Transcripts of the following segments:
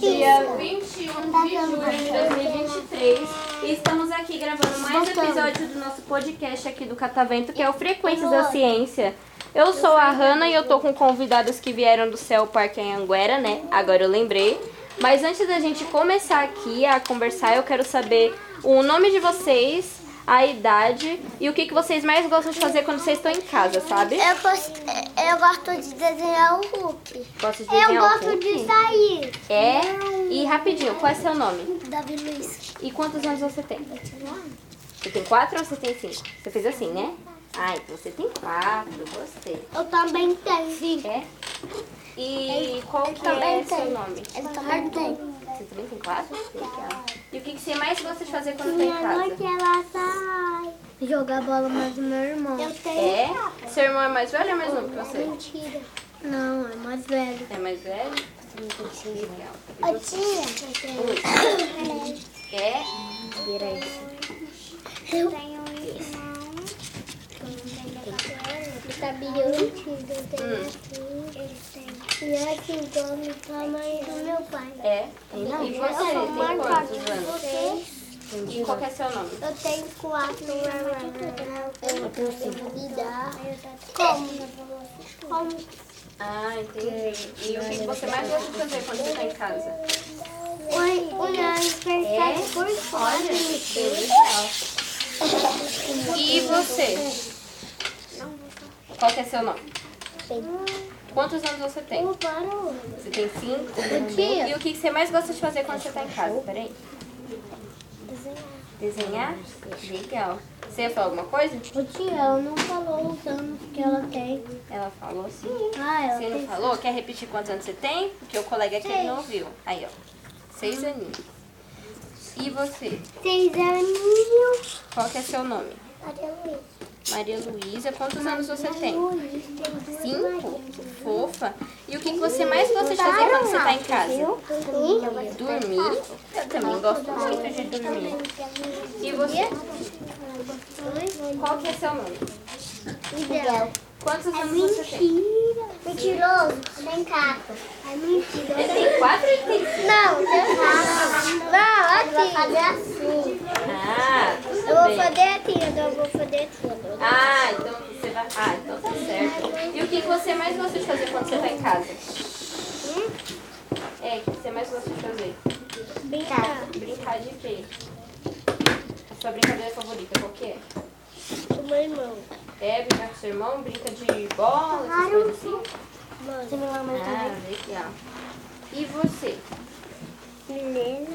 Dia 21 de julho de 2023 e estamos aqui gravando mais um episódio do nosso podcast aqui do Catavento, que é o Frequências da Ciência. Eu sou é a Hanna e eu tô com convidados que vieram do Céu Parque em Anguera, né? Agora eu lembrei. Mas antes da gente começar aqui a conversar, eu quero saber o nome de vocês, a idade e o que, que vocês mais gostam de fazer quando vocês estão em casa, sabe? Eu gosto, eu gosto de desenhar o Hulk. Gosto de Eu desenhar o gosto de Hulk? sair. É. E rapidinho, qual é seu nome? Davi Luiz. E quantos anos você tem? Você tem quatro ou você tem cinco? Você fez assim, né? Ah, então você tem quatro, gostei. Eu também tenho. É? E qual que é também É. seu tenho. nome? Eu também tenho. Você também tem quatro? Legal. E o que, que você mais gosta de fazer quando tá em Minha casa? noite ela sai. Jogar bola mais o meu irmão. Eu tenho. É? Seu irmão é mais velho ou é mais novo que você? Mentira. Não, é mais velho. É mais velho? Legal. Ô tia. É? Eu tenho um irmão. Ele tá bilhões, eu tenho aqui, ele tem. E aqui dorme o tamanho do meu pai. É? E você tem quantos anos? Você? E qual que é seu nome? Eu tenho quatro. é Eu tenho cinco. Como? Como? Ah, entendi. E o que, que você mais gosta de fazer quando você tá em casa? Oi, olha, É? aniversário por fora. Olha, que legal. E você? Qual que é seu nome? Hum, Quantos anos você tem? Roubaram. Você tem cinco? Tia. E o que você mais gosta de fazer quando você está em casa? Peraí. Desenhar? Legal. Você ia falar alguma coisa? O tia, ela não falou os anos que ela tem. Ela falou sim. Ah, ela Você não tem. falou? Quer repetir quantos anos você tem? Porque o colega aqui ele não ouviu. Aí, ó. Seis aninhos. E você? Seis aninhos. Qual que é seu nome? Maria Luísa. Maria Luísa. Quantos anos você tem? Cinco? Cinco? Fofa. E o que, que você mais gosta de fazer quando você tá em casa? Dormir? Eu também gosto muito de dormir. E você? Qual que é seu nome? Miguel. Quantos É anos você tem? mentira. Mentiroso. Nem capo. É Você mentiroso. tem quatro e tem cinco. Não, eu faço. Não, assim. Eu vou fazer assim. Ah, Eu vou tudo bem. fazer assim, eu vou fazer assim. Ah, então você vai. Ah, então tá certo. E o que, que você mais gosta de fazer quando você tá em casa? É, o que você mais gosta de fazer? Brincar. Brincar de quê? A sua brincadeira favorita, qual que é? O meu irmão. É brincar com seu irmão? Brinca de bola, essas coisas assim? Mano. Você me ama Ah, legal. E você? Menina.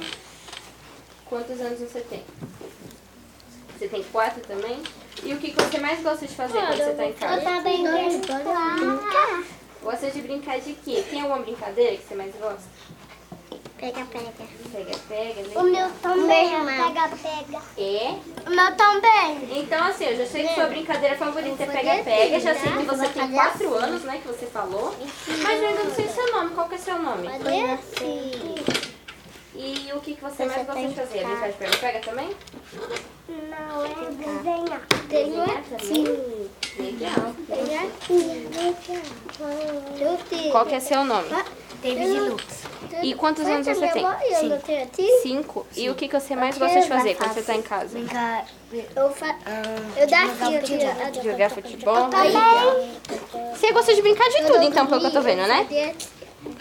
Quantos anos você tem? Você tem quatro também? E o que que você mais gosta de fazer quando você tá em Eu casa? também quero brincar. Gosta de brincar de quê? Tem alguma brincadeira que você mais gosta? Pega, pega. Pega, pega, né? O meu também. Pega, pega. É? O meu também. Então, assim, eu já sei que sua brincadeira favorita é pega-pega. Já sei que você tem quatro anos, né? Que você falou. Mas eu ainda não sei seu nome. Qual que é seu nome? assim. E o que, que você mais gosta de fazer? Brincar de pega-pega também? Não, é desenhar. Desenhar também? Legal. Desenhar sim. Eu tenho. Qual que é seu nome? E quantos anos você tem? tem? Cinco. E o que, que você mais gosta de fazer quando você tá em casa? Brincar. Eu, fa... eu daqui, eu tiro. Jogar futebol? Também. Você gosta de brincar de tudo, então, pelo que eu tô vendo, né? Fazer-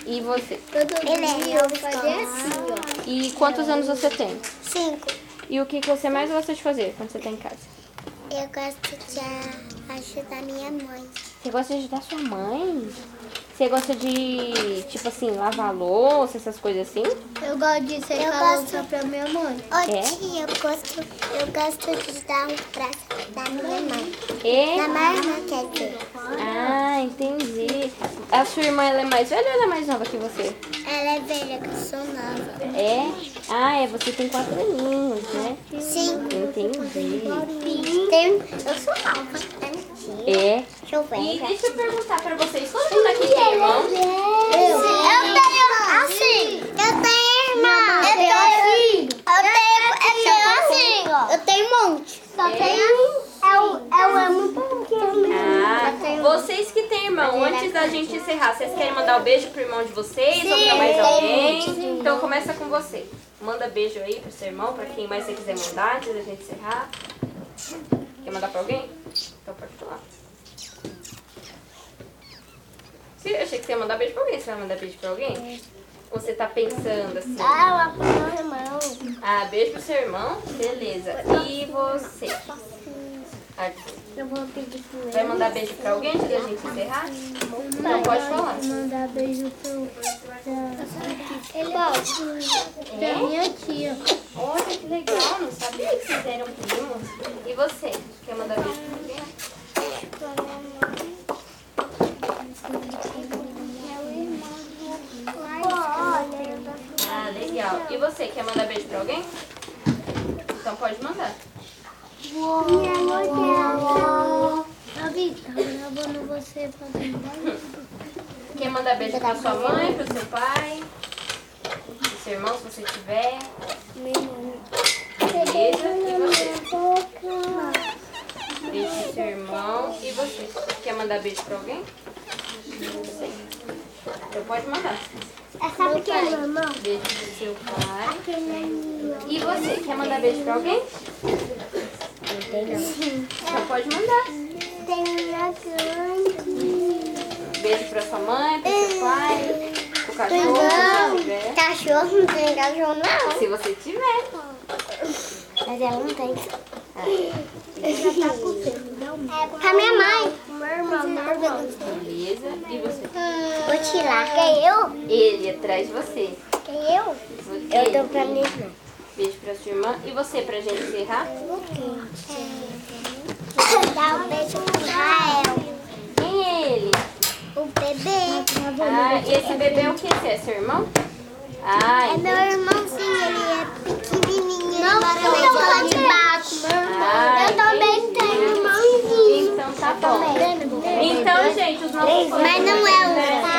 E você? Todo dia eu vou fazer assim, ó. E quantos anos você tem? Cinco. E o que, que você mais gosta de fazer quando você tá em casa? Eu gosto de ajudar minha mãe. Você gosta de ajudar sua mãe? Você gosta de, tipo assim, lavar louça, essas coisas assim? Eu gosto de ser eu gosto... pra minha mãe. Ô É? tia, eu gosto, eu gosto de dar um prato da minha mãe. Da É? minha irmã, quer dizer. Ah, entendi. A sua irmã, ela é mais velha ou ela é mais nova que você? Ela é velha, que eu sou nova. É? Ah, é, você tem quatro aninhos, né? Sim. Entendi. Tem... um, Eu sou nova. É mentira. É. Deixa eu E ver. deixa eu perguntar pra vocês, todo mundo aqui tem irmão? assim. Eu, é eu tenho assim. Eu tenho irmã. Eu tenho assim. um é Ah. Ah, um irmão, antes da gente encerrar, vocês querem mandar um beijo pro irmão de vocês ou pra mais alguém? Então começa com você. Manda beijo aí pro seu irmão, pra quem mais você quiser mandar antes da gente encerrar. Quer mandar pra alguém? Então pode falar. Sim, eu achei que você ia mandar beijo pra alguém. Você vai mandar beijo pra alguém? Ou você tá pensando assim? Ah, lá pro meu irmão. Ah, beijo pro seu irmão? Beleza. E você? Aqui. Eu vou pedir pro ele. Vai mandar beijo pra alguém antes da gente encerrar? Não pode falar. Mandar beijo pro. Pra, ele pode. É? minha tia. Olha que legal, não sabia que vocês eram primos. E você? Quer mandar beijo pra alguém? Pra minha mãe. Olha, eu tô Ah, legal. E você, quer mandar beijo pra alguém? Então pode mandar. gravando você fazendo Quer mandar beijo pra sua mãe, pro seu pai, pro seu irmão, se você tiver. Beleza? E você? Beijo pro seu irmão. E você? Quer mandar beijo pra alguém? Não sei. Então pode mandar. Essa pequena, mamãe. Beijo pro seu pai. é E você, quer mandar beijo pra alguém? Então pode mandar. Tem uma grande. Beijo pra sua mãe, pro seu pai, pro cachorro, se você tiver. Cachorro não tem cachorro, não. Se você tiver. Mas ela não tem. Pra minha mãe. Meu irmão, meu irmão. Beleza. E você? Vou tirar. Quem eu? Ele é atrás de você. Quem eu? Ele. pra minha irmã. Beijo pra sua irmã. E você, pra gente encerrar? Dá um beijo pro Israel. Quem é ele? O bebê. Ah, e esse bebê é o que? Você é seu irmão? Ah, É então- meu irmãozinho, ele é pequenininho. Não, ele mora lá de baixo. Ah, eu também entendi. tenho irmãozinho. né? então tá bom. Então, gente, os nossos Mas não é o